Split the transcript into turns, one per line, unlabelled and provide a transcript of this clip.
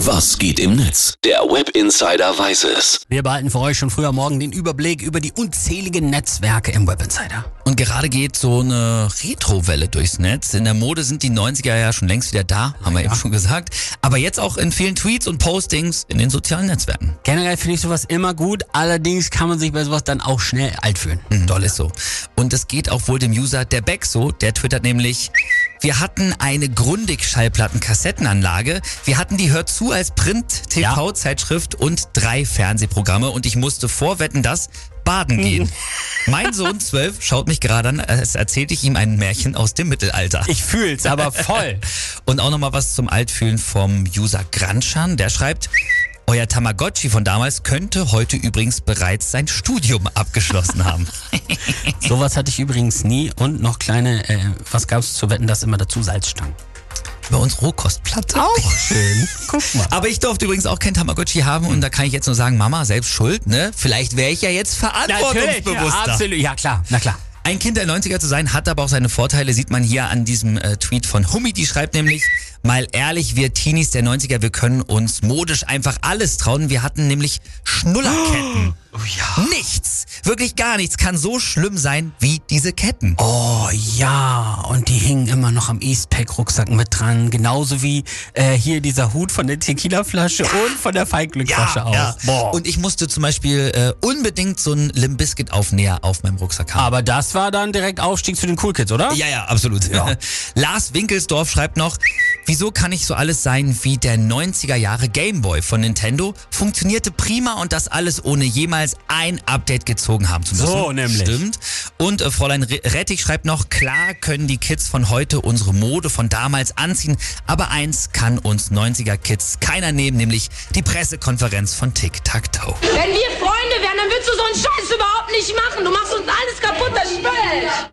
Was geht im Netz? Der Web Insider weiß es.
Wir behalten für euch schon früher morgen den Überblick über die unzähligen Netzwerke im Web Insider.
Und gerade geht so eine Retro-Welle durchs Netz. In der Mode sind die 90er ja schon längst wieder da, haben wir eben schon gesagt. Aber jetzt auch in vielen Tweets und Postings in den sozialen Netzwerken.
Generell finde ich sowas immer gut, allerdings kann man sich bei sowas dann auch schnell alt fühlen.
Doll Hm, ist so. Und es geht auch wohl dem User der Beck so, der twittert nämlich. Wir hatten eine Grundig-Schallplatten-Kassettenanlage. Wir hatten die Hör zu als Print-TV-Zeitschrift und drei Fernsehprogramme und ich musste vorwetten, dass baden gehen. mein Sohn, zwölf, schaut mich gerade an, als erzählte ich ihm ein Märchen aus dem Mittelalter.
Ich fühl's, aber voll.
Und auch nochmal was zum Altfühlen vom User Granchan. Der schreibt, euer Tamagotchi von damals könnte heute übrigens bereits sein Studium abgeschlossen haben.
sowas hatte ich übrigens nie und noch kleine, äh, was gab's zu wetten, dass immer dazu Oh, Salzstangen.
Bei uns Rohkostplatte. Auch schön.
Guck mal.
Aber ich durfte übrigens auch kein Tamagotchi haben und da kann ich jetzt nur sagen, Mama, selbst schuld, ne? Vielleicht wäre ich ja jetzt
ja,
verantwortungsbewusster.
absolut. Ja, klar, na klar.
Ein Kind der 90er zu sein hat aber auch seine Vorteile, sieht man hier an diesem äh, Tweet von Hummi, die schreibt nämlich, mal ehrlich, wir Teenies der 90er, wir können uns modisch einfach alles trauen. Wir hatten nämlich Schnullerketten.
Oh
Nichts, wirklich gar nichts kann so schlimm sein wie diese Ketten.
Oh ja, und die hingen immer noch am Eastpack-Rucksack mit dran. Genauso wie äh, hier dieser Hut von der Tequila-Flasche und von der Feiglückflasche aus. Boah.
Und ich musste zum Beispiel äh, unbedingt so einen Limbiskit aufnäher auf meinem Rucksack haben.
aber das war dann direkt Aufstieg zu den Cool Kids, oder?
Ja, ja, absolut.
Ja.
Lars Winkelsdorf schreibt noch, wieso kann ich so alles sein wie der 90er Jahre Gameboy von Nintendo? Funktionierte prima und das alles ohne jemals ein Update gezogen haben zu müssen.
So nämlich.
Stimmt. Und äh, Fräulein Re- Rettig schreibt noch, klar können die Kids von heute unsere Mode von damals anziehen, aber eins kann uns 90er Kids keiner nehmen, nämlich die Pressekonferenz von Tic-Tac-Toe.
Wenn wir Freunde wären, dann würdest du so einen Scheiß überhaupt nicht machen. Du machst uns alles kaputt, das Spiel.